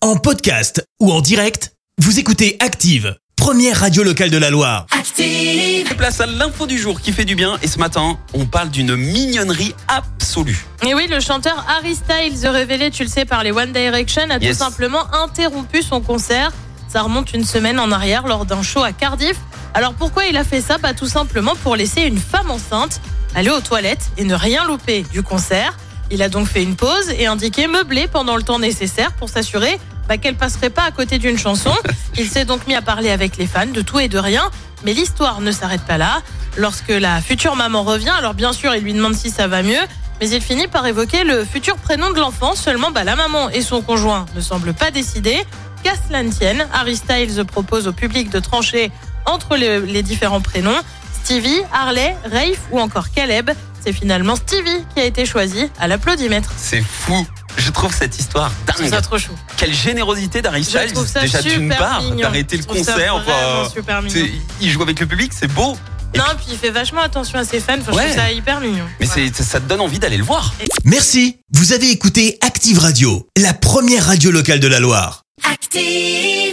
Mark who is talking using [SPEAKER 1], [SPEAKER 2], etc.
[SPEAKER 1] En podcast ou en direct, vous écoutez Active, première radio locale de la Loire.
[SPEAKER 2] Active,
[SPEAKER 3] Place à l'info du jour qui fait du bien et ce matin on parle d'une mignonnerie absolue.
[SPEAKER 4] Et oui, le chanteur Harry Styles, révélé, tu le sais, par les One Direction, a
[SPEAKER 3] Yes.
[SPEAKER 4] tout simplement interrompu son concert. Ça remonte une semaine en arrière lors d'un show à Cardiff. Alors pourquoi il a fait ça bah, Tout simplement pour laisser une femme enceinte aller aux toilettes et ne rien louper du concert. Il a donc fait une pause et indiqué meubler pendant le temps nécessaire pour s'assurer bah, qu'elle passerait pas à côté d'une chanson. Il s'est donc mis à parler avec les fans de tout et de rien. Mais l'histoire ne s'arrête pas là. Lorsque la future maman revient, alors bien sûr, il lui demande si ça va mieux. Mais il finit par évoquer le futur prénom de l'enfant, seulement bah, la maman et son conjoint ne semblent pas décidés. Qu'à cela ne tienne, Harry Styles propose au public de trancher entre les, les différents prénoms, Stevie, Harley, Rafe ou encore Caleb. C'est finalement Stevie qui a été choisi à l'applaudimètre.
[SPEAKER 3] C'est fou. Je trouve cette histoire
[SPEAKER 4] Je trouve ça
[SPEAKER 3] dingue.
[SPEAKER 4] trop chou.
[SPEAKER 3] Quelle générosité d'Harry
[SPEAKER 4] Je
[SPEAKER 3] Ah, Styles
[SPEAKER 4] trouve ça
[SPEAKER 3] déjà d'une
[SPEAKER 4] super
[SPEAKER 3] part
[SPEAKER 4] mignon.
[SPEAKER 3] d'arrêter
[SPEAKER 4] Je
[SPEAKER 3] le
[SPEAKER 4] trouve ça
[SPEAKER 3] concert. enfin,
[SPEAKER 4] vraiment super
[SPEAKER 3] c'est-
[SPEAKER 4] mignon.
[SPEAKER 3] il joue avec le public, c'est beau. et
[SPEAKER 4] Non, puis il fait vachement attention à ses fans. Enfin, Je
[SPEAKER 3] Ouais.
[SPEAKER 4] trouve ça hyper mignon.
[SPEAKER 3] Mais
[SPEAKER 4] Voilà.
[SPEAKER 3] c'est- ça, ça te donne envie d'aller le voir.
[SPEAKER 1] Merci, vous avez écouté Active Radio, la première radio locale de la Loire.
[SPEAKER 2] active.